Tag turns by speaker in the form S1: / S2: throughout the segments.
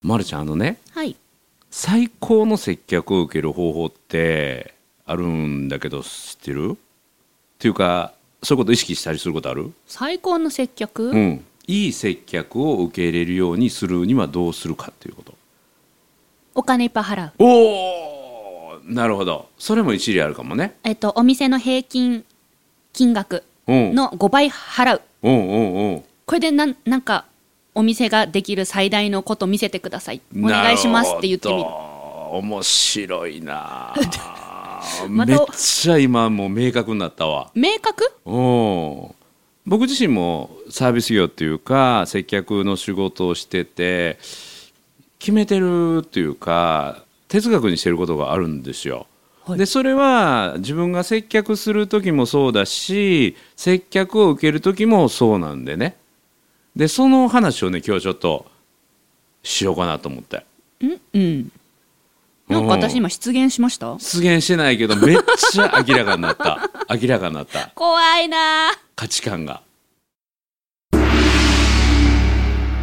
S1: まるちゃんあのね
S2: はい
S1: 最高の接客を受ける方法ってあるんだけど知ってるっていうかそういうこと意識したりすることある
S2: 最高の接客、
S1: うんいい接客を受け入れるようにするにはどうするかっていうこと
S2: お金いっぱい払う
S1: おーなるほどそれも一理あるかもね
S2: えっとお店の平均金額
S1: うん
S2: の5倍払う
S1: うんうんうん
S2: これでなんなんかお店ができる最大のこと見せてくださいお願いしますって言って
S1: な
S2: みる
S1: ほど面白い なあ
S2: ま
S1: めったちゃ今もう明確になったわ
S2: 明確
S1: うん僕自身もサービス業っていうか接客の仕事をしてて決めてるっていうか哲学にしてることがあるんですよ。
S2: はい
S1: でそれは自分が接客する時もそうだし接客を受ける時もそうなんでねでその話をね今日ちょっとしようかなと思って
S2: うんうんなんか私今失言しました
S1: 出現してないけどめっちゃ明らかになった明らかになった
S2: 怖いなあ
S1: 価値観が。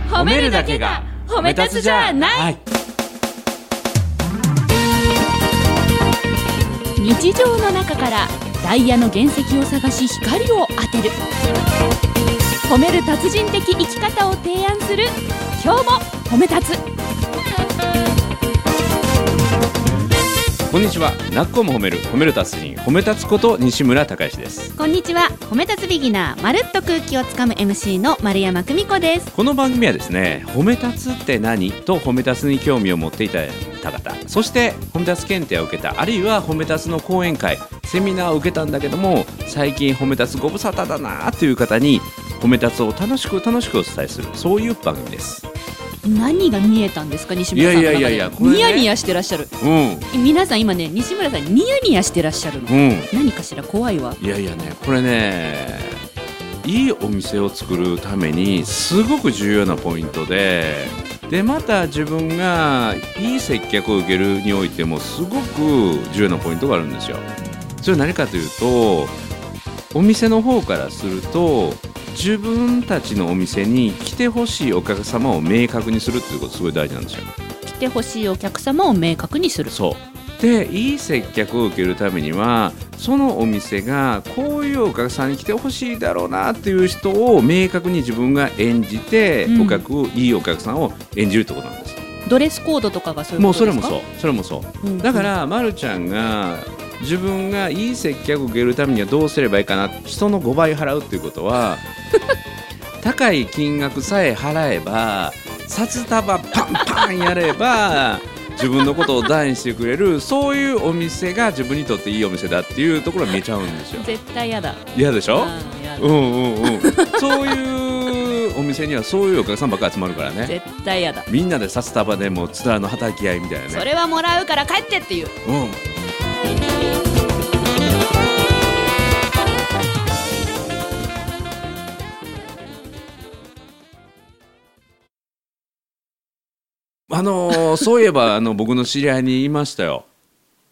S2: 褒めるだけが褒め立つじゃない
S1: い
S2: 日常の中からダイヤの原石を探し光を当てる褒める達人的生き方を提案する今日も褒め立つ
S1: こんにちはなっこも褒める褒める達人褒め立つこと西村隆之です
S2: こんにちは褒め立つビギナーまるっと空気をつかむ MC の丸山久美子です
S1: この番組はですね褒め立つって何と褒め立つに興味を持っていただいた方そして褒め立つ検定を受けたあるいは褒め立つの講演会セミナーを受けたんだけども最近褒め立つご無沙汰だなという方に褒め立つを楽しく楽しくお伝えするそういう番組です
S2: 何が見えたんですか西村さんの中で
S1: いやいやいやいやこれね
S2: ニヤニヤしてらっしゃる
S1: うん
S2: 皆さん今ね西村さんニヤニヤしてらっしゃるの
S1: うん
S2: 何かしら怖いわ
S1: いやいやねこれねいいお店を作るためにすごく重要なポイントででまた自分がいい接客を受けるにおいてもすごく重要なポイントがあるんですよ。それは何かというとお店の方からすると自分たちのお店に来てほしいお客様を明確にするっていうことすごい大事なんですよ。
S2: 来てほしいお客様を明確にする
S1: そうでいい接客を受けるためにはそのお店がこういうお客さんに来てほしいだろうなっていう人を明確に自分が演じて、
S2: うん
S1: お客をいいお客さんを演じるってことなんです
S2: ドレスコードとかがそういう
S1: も
S2: こ
S1: うそ
S2: と
S1: れ
S2: です
S1: も
S2: か
S1: そうそれもそう
S2: うん
S1: だから、ま、るちゃんが自分がいい接客を受けるためにはどうすればいいかな人の5倍払うっていうことは高い金額さえ払えば札束パンパンやれば自分のことを大にしてくれるそういうお店が自分にとっていいお店だっていうところが見えちゃうんですよ
S2: 絶対嫌だ
S1: 嫌でしょ
S2: うんやだ
S1: うんうんうんそういうお店にはそういうお客さんばっかり集まる からね
S2: 絶対嫌だ
S1: みんなで札束でもうツタの叩き合いみたいなね
S2: それはもらうから帰ってっていう
S1: うん。あのーそういえばあの僕の知り合いにいましたよ。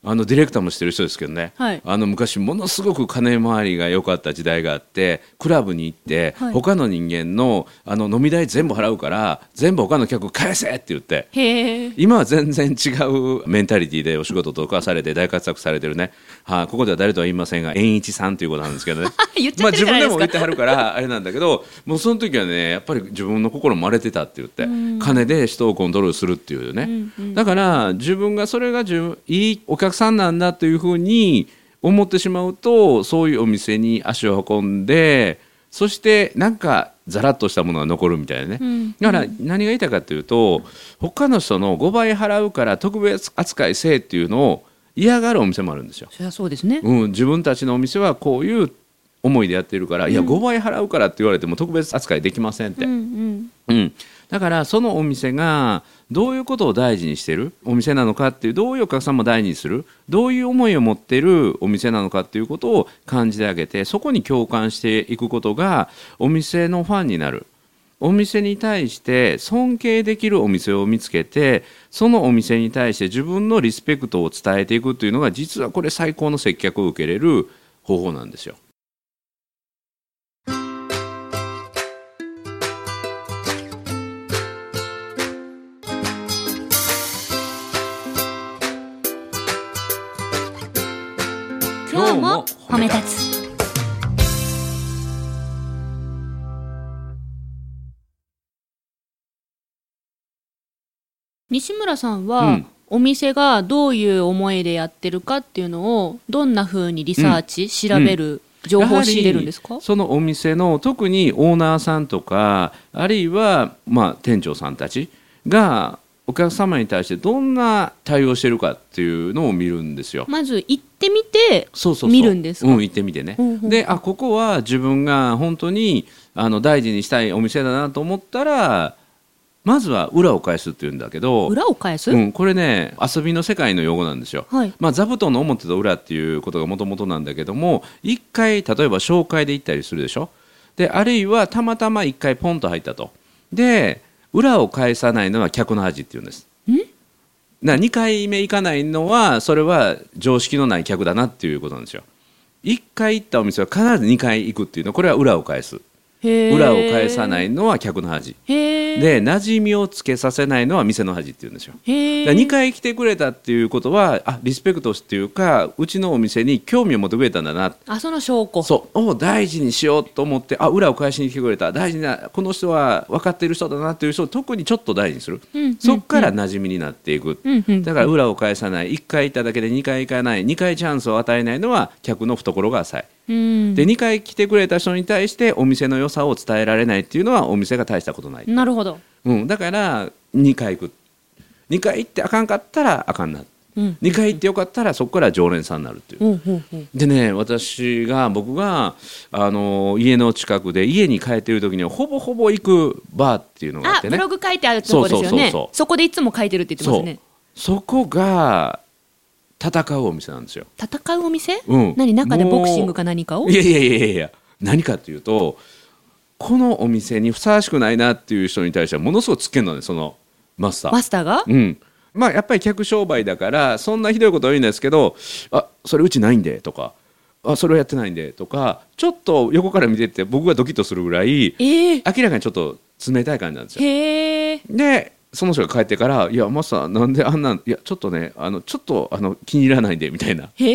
S1: あのディレクターもしてる人ですけどね、
S2: はい
S1: あの昔ものすごく金回りが良かった時代があってクラブに行って、
S2: はい
S1: 他の人間のあの飲み代全部払うから全部他の客返せって言って
S2: へえ
S1: 今は全然違うメンタリティでお仕事とかされて大活躍されてるね、はいここでは誰とは言いませんが円一さんということなんですけどね
S2: 言っち
S1: まあ
S2: ゃってる
S1: 自
S2: じゃ
S1: 分
S2: ない
S1: で
S2: で
S1: も
S2: す
S1: 言っ
S2: か、
S1: てはるからあれなんだけどもうその時はねやっぱり自分の心も荒れてたって言って金で人をコントロールするっていうね、だから自分がそれが自分いいお客さんなんだというふうに思ってしまうとそういうお店に足を運んでそしてなんかザラッとしたものが残るみたいなね、
S2: うん
S1: だから何が言いたいかというと他の人の5倍払うから特別扱いせえっていうのを嫌がるお店もあるんですよ。
S2: そりゃそうですね
S1: うん、自分たちのお店はこういう思いでやってるから、いや5倍払うからって言われても特別扱いできませんって、
S2: うんう
S1: う
S2: ん
S1: ん、だからそのお店がどういうことを大事にしてるお店なのかっていうどういうお客さんも大事にするどういう思いを持ってるお店なのかっていうことを感じてあげてそこに共感していくことがお店のファンになるお店に対して尊敬できるお店を見つけてそのお店に対して自分のリスペクトを伝えていくっていうのが実はこれ最高の接客を受けれる方法なんですよ。
S2: 今日も褒め立つ西村さんは、
S1: うん
S2: お店がどういう思いでやってるかっていうのをどんなふうにリサーチ、調べる情報を仕入れるんです
S1: や
S2: か
S1: はりそのお店の特にオーナーさんとかあるいはまあ店長さんたちがお客様に対してどんな対応してるかっていうのを見るんですよ。
S2: まず行ってみて
S1: そうそうそう
S2: 見るんですか
S1: うん、行ってみてね。
S2: ほうほう
S1: であここは自分が本当にあの大事にしたいお店だなと思ったらまずは裏を返すっていうんだけど、
S2: 裏を返す、
S1: うん、これね遊びの世界の用語なんですよ。
S2: はい
S1: まあ、座布団の表と裏っていうことがもともとなんだけども一回例えば紹介で行ったりするでしょであるいはたまたま一回ポンと入ったとで裏を返さないのは客の恥っていうんです
S2: ん
S1: な2回目行かないのはそれは常識のない客だなっていうことなんですよ1回行ったお店は必ず2回行くっていうのはこれは裏を返す裏
S2: 裏
S1: を返さないいのは客の恥
S2: へー
S1: で馴染みをつけさせないのは店の恥っていうんですよ
S2: へ
S1: だから2
S2: ー
S1: 回来てくれたっていうことはあリスペクトっていうかうちのお店に興味を持ってくれたんだな
S2: あその証拠
S1: そうを大事にしようと思ってあ裏を返しに来てくれた大事なこの人は分かってる人だなっていう人を特にちょっと大事にする、
S2: うんうんうん
S1: そこから馴染みになっていく、
S2: うんうん
S1: だから裏を返さない1回行っただけで2回行かない2回チャンスを与えないのは客の懐が浅い。
S2: うん
S1: で2回来てくれた人に対してお店の良さを伝えられないっていうのはお店が大したことない、
S2: なるほど、
S1: うん、だから2回行く2回行ってあかんかったらあかんな
S2: うん
S1: 2回行ってよかったらそこから常連さんになるっていう。
S2: ほうほうほう
S1: でね私が僕があの家の近くで家に帰ってる時にはほぼほぼ行くバーっていうのがあっ
S2: あ
S1: て
S2: ブ
S1: ね
S2: ログ書いてあるとこですよ
S1: そ
S2: ね
S1: うそうそうそう
S2: そこでいつも書いてるって言ってます
S1: そ
S2: ね
S1: うそこが戦うお店なんですよ。
S2: 戦うお店、
S1: うん
S2: 何中でボクシングか何かを
S1: いやいやいやいやいや何かというとこのお店にふさわしくないなっていう人に対してはものすごくつけるのねそのマスター。
S2: マスターが
S1: うん、まあやっぱり客商売だからそんなひどいことは言うんですけど「あそれうちないんで」とか「あそれはやってないんで」とかちょっと横から見てて僕がドキッとするぐらい
S2: ええ
S1: 明らかにちょっと冷たい感じなんですよ。
S2: へえ
S1: でその人が帰ってから「いやマスターなんであんなんいやちょっとねあのちょっとあの気に入らないんで」みたいな。
S2: へ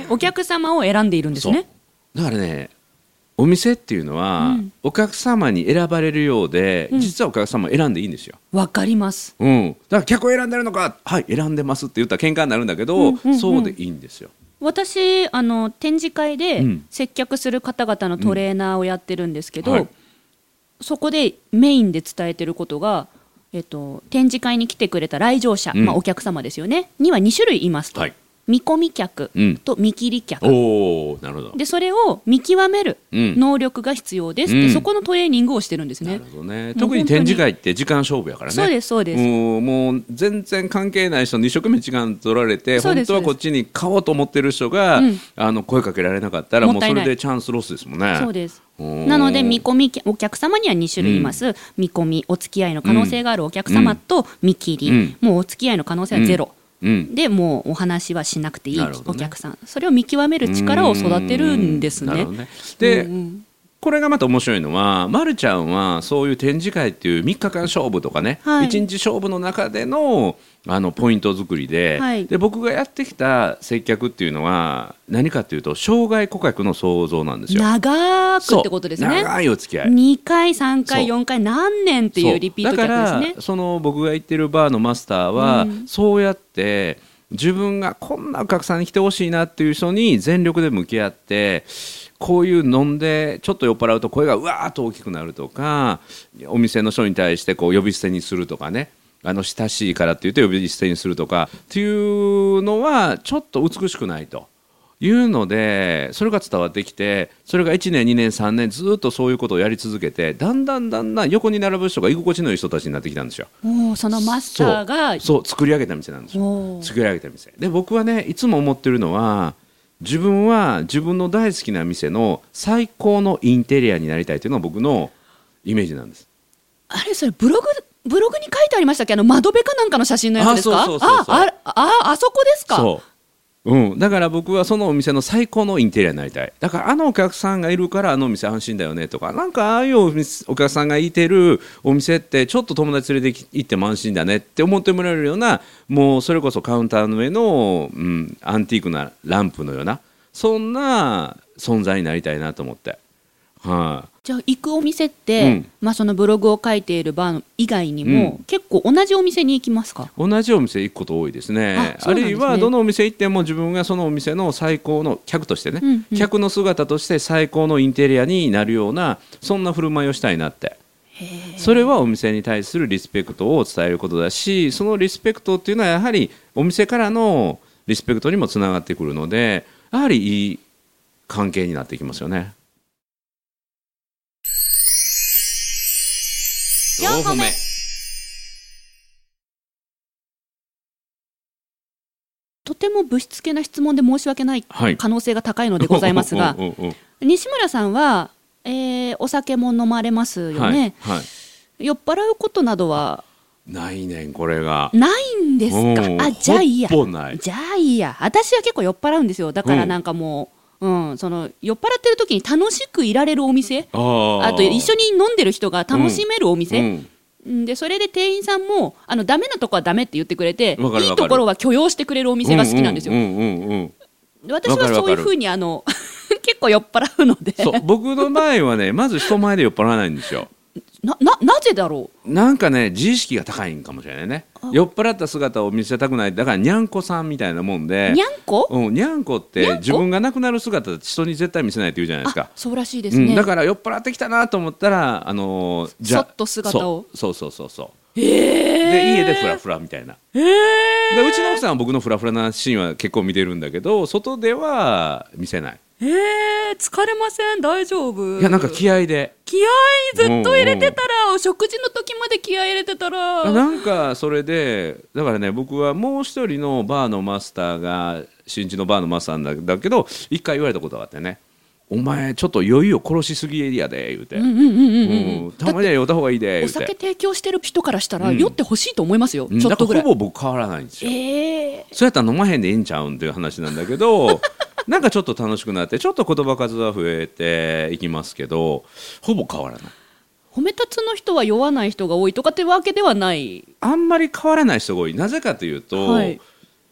S2: えお客様を選んでいるんですね
S1: そうだからねお店っていうのは、
S2: うん
S1: お客様に選ばれるようで、
S2: うん
S1: 実はお客様を選んでいいんですよ。
S2: わかります
S1: うん、だから客を選んでるのかはい選んでますって言ったら喧嘩になるんだけど、
S2: うんうんうん
S1: そうでいいんですよ。
S2: 私あの展示会で
S1: うん
S2: 接客する方々のトレーナーをやってるんですけど、
S1: はい
S2: そこでメインで伝えてることが、えっと、展示会に来てくれた来場者、
S1: うん
S2: まあ、お客様ですよねには2種類いますと、
S1: はい
S2: 見込み客
S1: うん
S2: と見切り客、
S1: おーなるほど。
S2: でそれを見極める
S1: うん
S2: 能力が必要ですって、
S1: うん
S2: そこのトレーニングをしてるんです
S1: な
S2: ね
S1: る。ほどね、
S2: もう本
S1: 特
S2: 当に
S1: に展示会って時間勝負やからね
S2: そうですそうです
S1: うんもう全然関係ない人に一生懸命時間取られて
S2: そうで
S1: 本
S2: す
S1: 当はこっちに買おうと思ってる人が、
S2: うん
S1: あの声かけられなかったら
S2: も
S1: もう
S2: ったい
S1: そ
S2: ない
S1: れでチャンスロスですもんね。
S2: そうです
S1: うん
S2: なので見込みお客様には2種類います、見込みお付き合いの可能性があるお客様と見切り、
S1: うん
S2: もうお付き合いの可能性はゼロ、
S1: うん
S2: でもうお話はしなくていい
S1: なるほど
S2: お
S1: ね
S2: 客さん、それを見極める力を育てるんです
S1: うなる
S2: ね
S1: ほど。で、
S2: うんうん
S1: これがまた面白いのは、ま、るちゃんはそういう展示会っていう3日間勝負とかね、
S2: はい
S1: 1日勝負の中でのあのポイント作りで,、
S2: はい
S1: で僕がやってきた接客っていうのは何かっていうと生涯顧客の創造なんですよ。
S2: 長くってことです
S1: そう
S2: ね。
S1: 長いお付き合い。
S2: 2回、3回、
S1: そう
S2: 4回、何年っていうリピート
S1: そうだ
S2: 客
S1: か
S2: です
S1: ら
S2: ね。
S1: その僕が行ってるバーのマスターは、
S2: うん
S1: そうやって自分がこんなお客さんに来てほしいなっていう人に全力で向き合ってこういう飲んでちょっと酔っ払うと声がうわーっと大きくなるとかお店の人に対してこう呼び捨てにするとかねあの親しいからって言って呼び捨てにするとかっていうのはちょっと美しくないと。いうのでそれが伝わってきてそれが1年2年3年ずっとそういうことをやり続けてだんだんだんだん横に並ぶ人が居心地のいい人たちになってきたんですよ。
S2: もうそのマスターが、
S1: そう作り上げた店なんですよ
S2: おー
S1: 作り上げた店で僕はねいつも思ってるのは自分は自分の大好きな店の最高のインテリアになりたいというのが僕のイメージなんです
S2: あれ、それブログ、ブログに書いてありましたっけあの窓辺かなんかの写真のやつですか
S1: あそうそうそうそう
S2: ああああそこですか
S1: そう、うん、だから僕はそのお店の最高のインテリアになりたいだからあのお客さんがいるからあのお店安心だよねとかなんかああいうお店お客さんがいてるお店ってちょっと友達連れてき行っても安心だねって思ってもらえるようなもうそれこそカウンターの上の、うん、アンティークなランプのようなそんな存在になりたいなと思って。はい、
S2: じゃあ行くお店って、
S1: うん
S2: まあ、そのブログを書いているバー以外にも、
S1: う
S2: 結構同じお店に行きますか
S1: 同じお店行くこと多いですね
S2: あ
S1: あ
S2: そうなんですね
S1: るいはどのお店行っても自分がそのお店の最高の客としてね、
S2: うんうん
S1: 客の姿として最高のインテリアになるようなそんな振る舞いをしたいなってそれはお店に対するリスペクトを伝えることだしそのリスペクトっていうのはやはりお店からのリスペクトにもつながってくるのでやはりいい関係になってきますよね。
S2: 四歩目とてもぶしつけな質問で申し訳ない
S1: はい
S2: 可能性が高いのでございます が
S1: おおおおお
S2: 西村さんは、えーお酒も飲まれますよ
S1: は
S2: ね
S1: い、、はい、
S2: 酔っ払うことなどは
S1: ないねんこれが。
S2: ないんです
S1: うん
S2: かあじゃあいいや
S1: ほっぽない
S2: じゃあいいや私は結構酔っ払うんですよだからなんかもう、うんその酔っ払ってる時に楽しくいられるお店
S1: あー
S2: あと一緒に飲んでる人が楽しめるお店、
S1: うん
S2: うんでそれで店員さんもあのダメなとこはダメって言ってくれて
S1: わかる
S2: いい
S1: わかる
S2: ところは許容してくれるお店が好きなんですよ、
S1: ううんうんうん
S2: 私はそういうふうにあの 結構酔っ払うので
S1: そう 僕の場合はねまず人前で酔っ払わないんですよ
S2: なななぜだろ
S1: なんかね自意識が高いんかもしれないね
S2: あ
S1: 酔っ払った姿を見せたくないだからにゃんこさんみたいなもん
S2: う
S1: で
S2: にゃんこ
S1: うん、にゃんこっ
S2: にゃん
S1: て
S2: こ
S1: 自分が亡くなる姿人に絶対見せないって言うじゃないです
S2: あ
S1: か
S2: そうらしいですね、
S1: うん、だから酔っ払ってきたなと思ったら、あのーじゃ
S2: そっと姿を
S1: そうそうそうそうそうで家でフラフラみたいな、でうちの奥さんは僕のフラフラなシーンは結構見てるんだけど外では見せない
S2: えー、疲れません大丈夫
S1: いやなんか気合で
S2: 気合ずっと入れてたらお食事の時まで気合入れてたら
S1: あなんかそれでだからね僕はもう一人のバーのマスターが新人のバーのマスターなんだだけど一回言われたことがあってね「お前ちょっと酔いを殺しすぎエリアで」言うて、
S2: うんうんうんうんうん
S1: うんたまには酔った方がいいで」
S2: お
S1: 言う
S2: 酒
S1: て
S2: 提供してる人からしたら
S1: うん
S2: 酔ってほしいと思いますよ、
S1: うん
S2: ちょ
S1: だ
S2: っ
S1: か
S2: とぐら
S1: ら
S2: い
S1: ほぼ僕変わらないんですよ。
S2: ええ
S1: そうやったら飲まへんでいいんちゃうんっていう話なんだけ どなんかちょっと楽しくなってちょっと言葉数は増えていきますけどほぼ変わらない。
S2: 褒め立つの人は酔わない人が多いとかってわけではない
S1: あんまり変わらない人が多いなぜかというと、
S2: はい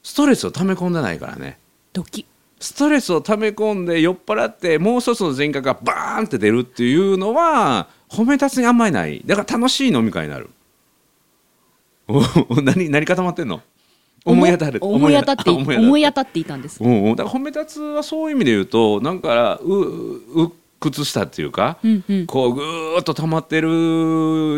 S1: ストレスを溜め込んでないからね。
S2: ドキ
S1: ストレスを溜め込んで酔っ払ってもう一つの人格がバーンって出るっていうのは褒め立つにあんまりないだから楽しい飲み会にな るおお何何固まってんの思い当たる
S2: 思い当たって い
S1: 思い当たる
S2: 思い当たっていたんです
S1: うんうんだから褒め立つはそういう意味で言うとなんかううう靴下っていうか、
S2: うんうん
S1: こうぐーっと溜まってる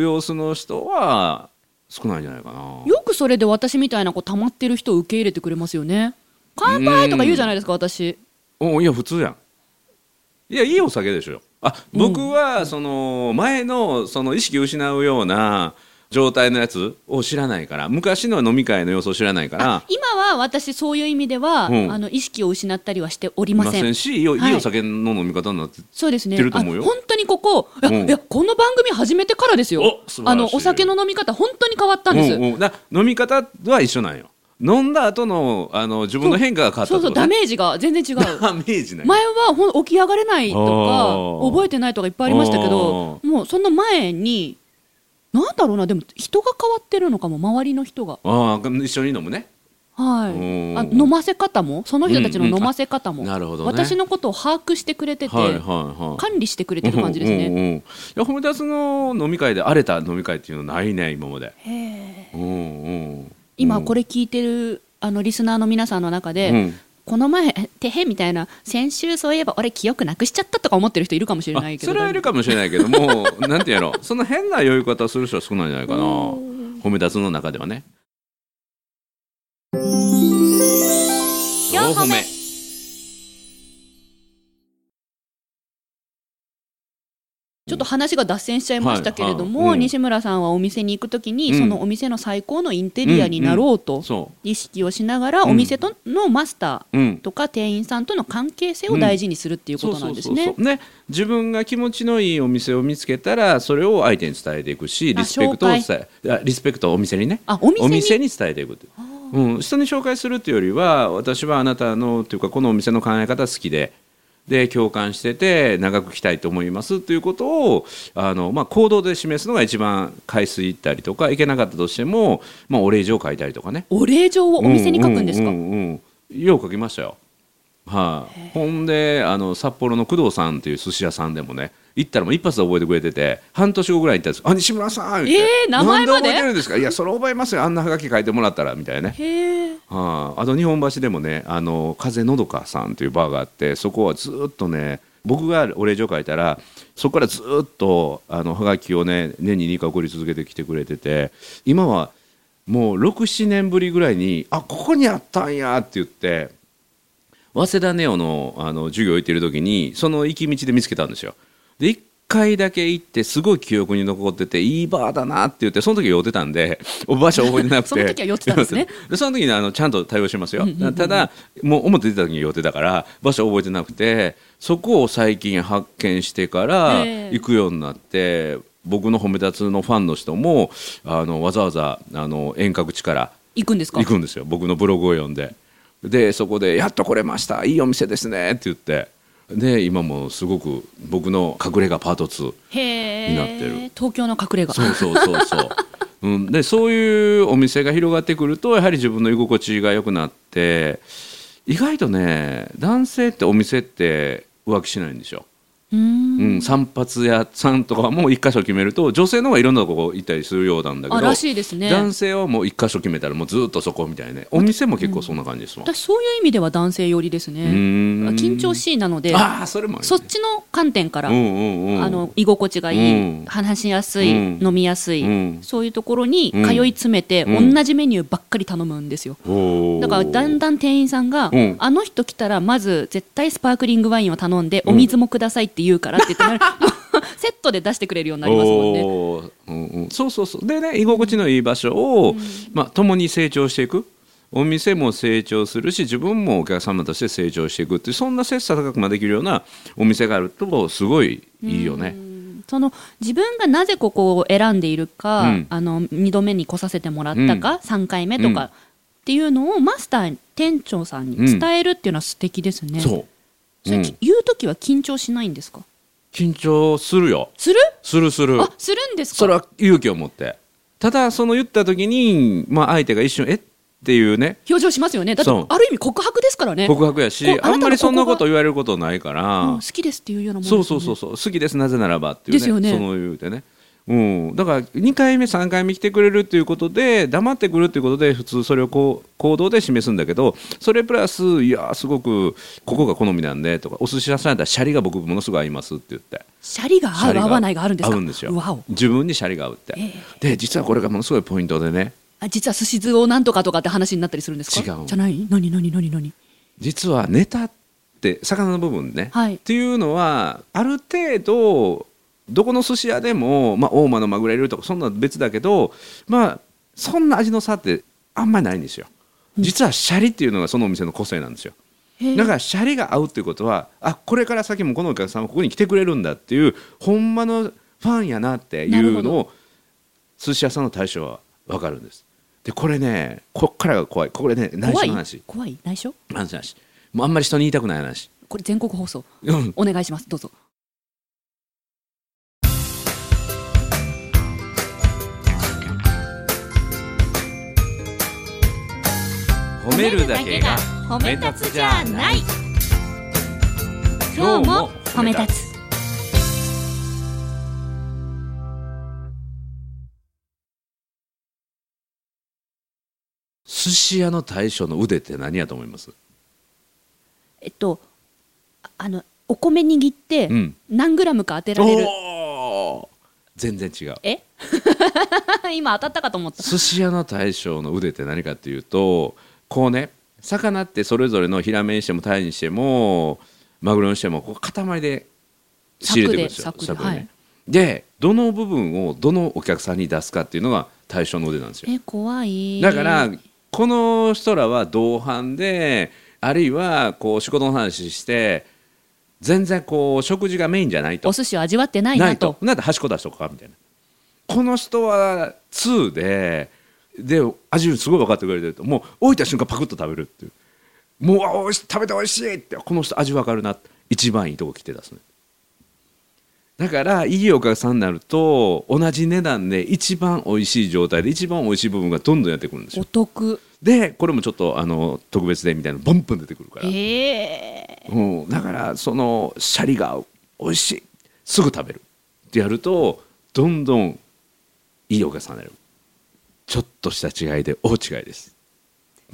S1: 様子の人は少ないんじゃないかな
S2: よくそれで私みたいなこう溜まってる人を受け入れてくれますよね乾杯とか言うじゃないですか私
S1: おいや普通やんいやいいお酒でしょあ僕はその前のその意識を失うような状態のやつを知らないから昔の飲み会の様子を知らないから
S2: 今は私そういう意味では、
S1: うん
S2: あの意識を失ったりはしており
S1: い
S2: ません
S1: しいいよ
S2: はい
S1: いいお酒の飲み方になって、
S2: そうですね。
S1: 言ってると思うよ
S2: あ本当にここ、いや
S1: うん
S2: いやこの番組始めてからですよ
S1: お素晴らし。い
S2: あのお酒の飲み方本当に変わったんです。
S1: うんうんだ飲み方は一緒なんよ飲んだ後のあの自分の変化が変わった
S2: そ
S1: っ
S2: う
S1: て
S2: そう
S1: こと
S2: ダ
S1: ね
S2: メージが全然違う。
S1: ダメージない
S2: 前はほん起き上がれない
S1: あ
S2: とか
S1: ー
S2: 覚えてないとかいっぱいありましたけど、もうその前に。なんだろうなでも人が変わってるのかも周りの人が
S1: ああ一緒に飲むね
S2: はい
S1: おー
S2: あ飲ませ方もその人たちの飲ませ方も、
S1: うんうんあなるほどね
S2: 私のことを把握してくれてて、
S1: はいはいはい
S2: 管理してくれてる感じです
S1: うん
S2: ね、
S1: うんうんいや褒め立つの飲み会で荒れた飲み会っていうのないね今までうんうん
S2: 今これ聞いてるあのリスナーの皆さんの中で、
S1: うん
S2: この前「てへ」みたいな先週そういえば俺記憶なくしちゃったとか思ってる人いるかもしれ
S1: あ
S2: ないけど
S1: それはいるかもしれないけど もなんていうのその変な酔い方する人は少ないんじゃないかな褒め立つの中ではね
S2: 四歩目ちょっと話が脱線しちゃいましたけれども、
S1: はいはいうん
S2: 西村さんはお店に行くときに、
S1: うん
S2: そのお店の最高のインテリアになろうと
S1: そ
S2: 意識をしながら、
S1: うん
S2: お店とのマスタ
S1: ううん
S2: ーとか店員さんとの関係性を大事にするっていうことなんです
S1: そう
S2: ね
S1: そうそうそうね自分が気持ちのいいお店を見つけたらそれを相手に伝えていくし
S2: あ
S1: リスペクトを伝えあリスペクトをお店にね
S2: あお店に
S1: 伝えていくっていううん、人に紹介するっていうよりは私はあなたのというかこのお店の考え方好きで。で共感してて長く来たいと思いますということをあの、まあ、行動で示すのが一番海水行ったりとか行けなかったとしても、まあ、お礼状書いたりとかね
S2: お礼状をお店に書くんですか、
S1: ううんうんうんよう書きましたよ。はい、ほんであの札幌の工藤さんっていう寿司屋さんでもね行ったらもう一発で覚えてくれてて半年後ぐらいに行ったんです「あ西村さん」言って
S2: えー名前
S1: な
S2: まで
S1: んで覚えてるんですか?」「いやそれ覚えますよあんなはがき書いてもらったら」みたいなね
S2: へえ
S1: はあ、あと日本橋でもねあの風のどかさんというバーがあってそこはずっとね僕がお礼状書いたらそこからずっとあのハガキをね年に2回送り続けてきてくれてて今はもう67年ぶりぐらいに「あここにあったんや」って言って早稲田ネオのあの授業行ってる時にその行き道で見つけたんですよ。で1回だけ行ってすごい記憶に残ってていいバーだなって言ってその時酔ってたんでおばあちゃん覚えてなくて
S2: その時は酔ってたんですね
S1: でその時にあのちゃんと対応しますよ、ただもう表出た時に予定だから場所覚えてなくてそこを最近発見してから
S2: ええ
S1: 行くようになって、僕の褒め立つのファンの人もあのわざわざあの遠隔地から
S2: 行くんですか
S1: 行くんですよ僕のブログを読んででそこで「やっと来れましたいいお店ですね」って言ってで今もすごく僕の隠れ家パート2
S2: へえ
S1: になってる
S2: 東京の隠 れ家
S1: そうそうそうそう。うん、でそういうお店が広がってくるとやはり自分の居心地が良くなって意外とね男性ってお店って浮気しないんですよ、
S2: うー
S1: うんん、散髪屋さんとかも一箇所決めると女性の方がいろんなとこ行ったりするようなんだけ
S2: あ
S1: ど
S2: らしいですね
S1: 男性はもう一箇所決めたらもうずっとそこみたいなねお店も結構そんな感じですもん、
S2: 私そういう意味では男性寄りですね
S1: ーん
S2: 緊張しいなので
S1: ああそれもあるね
S2: そっちの観点から、
S1: うんうんうん
S2: あの居心地がいい、
S1: うん
S2: 話しやすい、
S1: うん
S2: 飲みやすい、
S1: うん
S2: そういうところに
S1: うん
S2: 通い詰めて、
S1: うん
S2: 同じメニューばっかり頼むんですよ。
S1: おー
S2: だからだんだん店員さんが、
S1: うん
S2: あの人来たらまず絶対スパークリングワインを頼んで、お水もくださいって言うからって言ってなる セットで出してくれるようになりますもんね。
S1: おーうんうん、そうそうそうでね居心地のいい場所を、まあ、共に成長していくお店も成長するし自分もお客様として成長していくっていうそんな切磋琢磨できるようなお店があるとすごいいいよね。
S2: その自分がなぜここを選んでいるか、
S1: うん
S2: あの2度目に来させてもらったか、
S1: うん
S2: 3回目とか、
S1: うん
S2: っていうのをマスター店長さんに伝えるっていうのは素敵ですね。
S1: そう
S2: それ、
S1: うん
S2: き言う時は緊張しないんですか
S1: 緊張するよ
S2: する
S1: するする
S2: あするんですか
S1: それは勇気を持ってただその言った時に、まあ、相手が一瞬えっていうね
S2: 表情しますよねだって
S1: そう
S2: ある意味告白ですからね
S1: 告白やし
S2: こうあなた
S1: あ
S2: の
S1: んまりそんなこ
S2: こと
S1: 言われることないか
S2: うん
S1: ら
S2: 好きですっていうようなもんですよ
S1: そう
S2: ね
S1: そうそうそう好きですなぜならばっていうね
S2: ですよね
S1: その言うてね、うん、だから2回目3回目来てくれるっていうことで黙ってくるっていうことで普通それをこう行動で示すんだけどそれプラスいやーすごくここが好みなんでとかお寿司屋さんやったらシャリが僕ものすごい合いますって言って。
S2: シャリが
S1: シ
S2: 合
S1: ャ
S2: う
S1: リ
S2: 合わないがあるんですか
S1: 合うんですよ
S2: わお
S1: 自分にシャリが合うって、
S2: え
S1: で実はこれがものすごいポイントでね
S2: あ実は寿司酢をなんとかとかって話になったりするんですか
S1: 違う
S2: じゃない何何何何
S1: 実はネタって魚の部分ね、
S2: はい
S1: っていうのはある程度どこの寿司屋でも、まあ、大間のマグロ入れるとかそんなの別だけどまあそんな味の差ってあんまりないんですよ実はシャリっていうのがそのお店の個性なんですよ
S2: へえ
S1: だからシャリが合うっていうことはあこれから先もこのお客さんはここに来てくれるんだっていうほんまのファンやなっていうのを寿司屋さんの対象は分かるんですでこれねこっからが怖いこれね内
S2: 怖
S1: 緒
S2: い
S1: の話
S2: 怖い内緒
S1: 話話もうあんまり人に言いたくない話
S2: これ全国放送
S1: うん
S2: お願いしますどうぞ
S1: 褒めるだけが
S2: 褒
S1: め立つじゃない
S2: 今日も褒め立つ
S1: 寿司屋の大将の腕って何やと思います
S2: えっとああのお米握って
S1: うん
S2: 何グラムか当てられる、
S1: おー全然違う
S2: え 今当たったかと思った
S1: 寿司屋の大将の腕って何かっていうとこうね魚ってそれぞれのヒラメにしてもタイにしてもマグロにしてもこう塊で仕入れてくるんですよ
S2: 柵で
S1: 柵
S2: 柵
S1: で
S2: で
S1: ね
S2: はい
S1: でどの部分をどのお客さんに出すかっていうのが大将の腕なんですよ
S2: え怖い
S1: だからこの人らは同伴であるいはこう仕事の話して全然こう食事がメインじゃないと
S2: お寿司を味わってないなと
S1: なんで端っこ出しとくかみたいなこの人は2でで味すごい分かってくれてるともう置いた瞬間パクッと食べるっていうもうあおいし食べておいしいってこの人味分かるなって一番いいとこ来て出すねだからいいお客さんになると同じ値段で一番美味しい状態で一番美味しい部分がどんどんやってくるんですよ
S2: お得
S1: でこれもちょっとあの特別でみたいなのバンバン出てくるから、
S2: ええ
S1: うん、だからそのシャリが美味しいすぐ食べるってやるとどんどんいいお客さんになるちょっとした違いで大違いです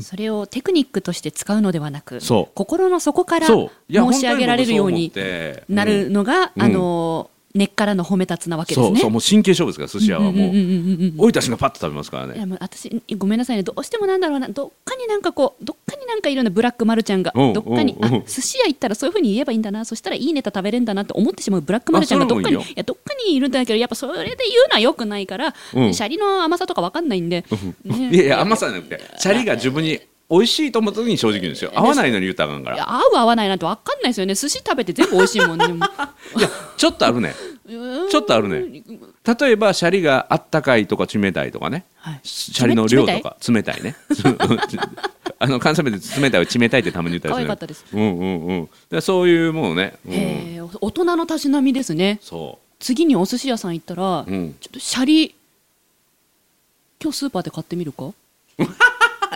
S2: それをテクニックとして使うのではなく
S1: そう
S2: 心の底から
S1: そ
S2: 申
S1: ういや
S2: し上げられるよう
S1: 本
S2: に
S1: 当に僕そう思って
S2: なるのが、
S1: うん
S2: あの根っからの褒め立つなわけです
S1: そう
S2: ね
S1: そうもう神経勝負ですから寿司屋はも
S2: うんうんうんうんうん
S1: うおいたちがパッと食べますから
S2: い
S1: ね
S2: やもう私ごめんなさいねどうしてもなんだろうなどっかになんかこうどっかになんかいろんなブラックマルちゃんが
S1: うん
S2: どっかに
S1: うん
S2: あ
S1: うん
S2: 寿司屋行ったらそういうふうに言えばいいんだなそしたらいいネタ食べれるんだなって思ってしまうブラックマルちゃんが
S1: あ
S2: どっかに
S1: それもいいよ
S2: やどっかにいるんだけどやっぱそれで言うのはよくないから、
S1: うん
S2: シャリの甘さとかわかんないんで、ね
S1: いやいや甘さじゃなくてシャリが自分に美味しいと思った時に正直言うんですよ合わないのに言ったらあかんか
S2: い
S1: ら
S2: や合う合わないなんてわかんないですよね寿司食べて全部美味しいもんね
S1: ちょっとあるね
S2: ち
S1: ちょっとあるね例えばシャリがあったかいとか冷たいとかね
S2: はい
S1: シャリの量とか冷たいね あの関西弁で冷たいは冷たいってたまに言ったりする
S2: 可愛かったです
S1: うんうんうんだからそういうものね、うん、
S2: えー大人のたしなみですね
S1: そ
S2: 次にお寿司屋さん行ったら、
S1: う、うん、
S2: ちょっとシャリ今日スーパーで買ってみるか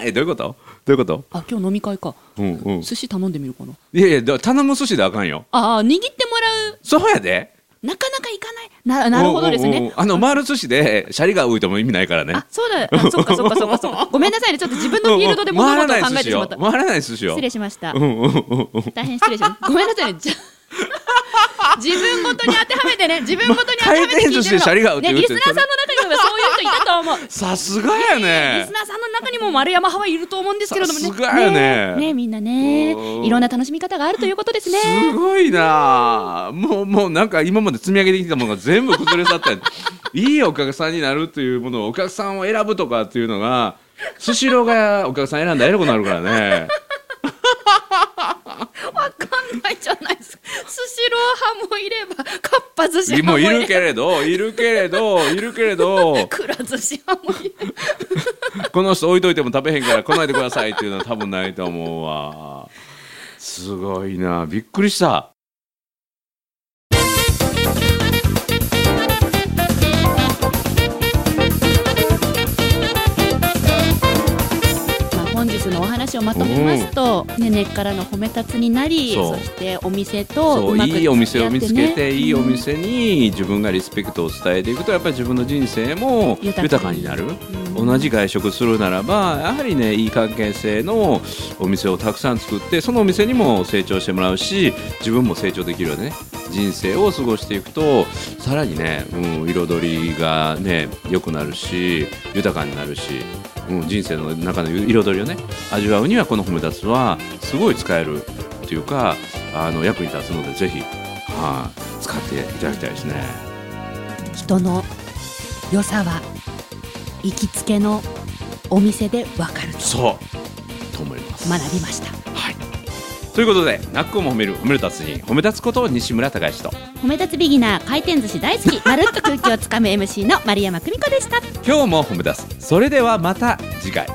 S1: えどういう ことどういうこと
S2: あ今日飲み会か
S1: うんうん
S2: 寿司頼んでみるかない
S1: やいやだ頼む寿司であかんよ
S2: ああ握ってもらう
S1: そうやで
S2: なかなかいかないななるほどですね
S1: うんうんうんあの回る寿司でシャリが浮いても意味ないからね
S2: あそうだあそうかそうかそうかそうかごめんなさいねちょっと自分のフィールドで物事を考えてしまった
S1: 回らない寿司よ回らない寿司よ
S2: 失礼しました
S1: うんうんうんうん
S2: 大変失礼し ましたごめんなさいねじゃ 自分ごとに当てはめて ね自分ごとに当てはめて聞いてる
S1: 回転寿司でシャリが売っ
S2: の、
S1: てる
S2: ね、
S1: って
S2: リスナーさんの中にも そういう人いたと思う
S1: さすがや
S2: リ
S1: ね
S2: スナーさんの中にも丸山派はいると思うんですけれどもね。
S1: さすがやね
S2: ねえみんなね
S1: うん、
S2: いろんな楽しみ方があるということですね。
S1: すごいなあもうもうなんか今まで積み上げてきたものが全部崩れ去った いいお客さんになるというものをお客さんを選ぶとかっていうのがスシローがお客さん選んだら偉くなるから ね
S2: わかんないじゃないですか。スシロー派もいれば、かっぱ寿司派
S1: も
S2: も
S1: う
S2: い
S1: い
S2: れば。
S1: るけれどいるけれどいるけれど
S2: くら寿司派もいれば。
S1: この人置いといても食べへんから来ないでくださいっていうのは多分ないと思うわすごいなびっくりした
S2: まあ本日のお話をまとめますと、ね、根っからの褒め立つになり、
S1: そ
S2: そうしてお店
S1: そ
S2: とう
S1: う
S2: まく
S1: いいお店を見つけ
S2: 付き合ってね
S1: いいお店に自分がリスペクトを伝えていくとやっぱり自分の人生も
S2: 豊
S1: 豊か
S2: かに
S1: になる
S2: うん
S1: 同じ外食するならばやはりねいい関係性のお店をたくさん作ってそのお店にも成長してもらうし自分も成長できるよね人生を過ごしていくとさらにね、うん、彩りがね良くなるし豊かになるし、うん、人生の中の彩りをね味わうにはこの褒め立つはすごい使えるっていうかあの役に立つのでぜひ、はい使っていただきたいですね。
S2: 人の良さは行きつけのお店でわかると
S1: そうと思います。
S2: 学びました。
S1: はい、ということで、なっこも褒める、褒める達人、褒め立つこと西村隆之と。
S2: 褒め立つビギナー回転寿司大好きまるっと空気をつかむ MC の丸山久美子でした
S1: 今日も褒め立つ、それではまた次回。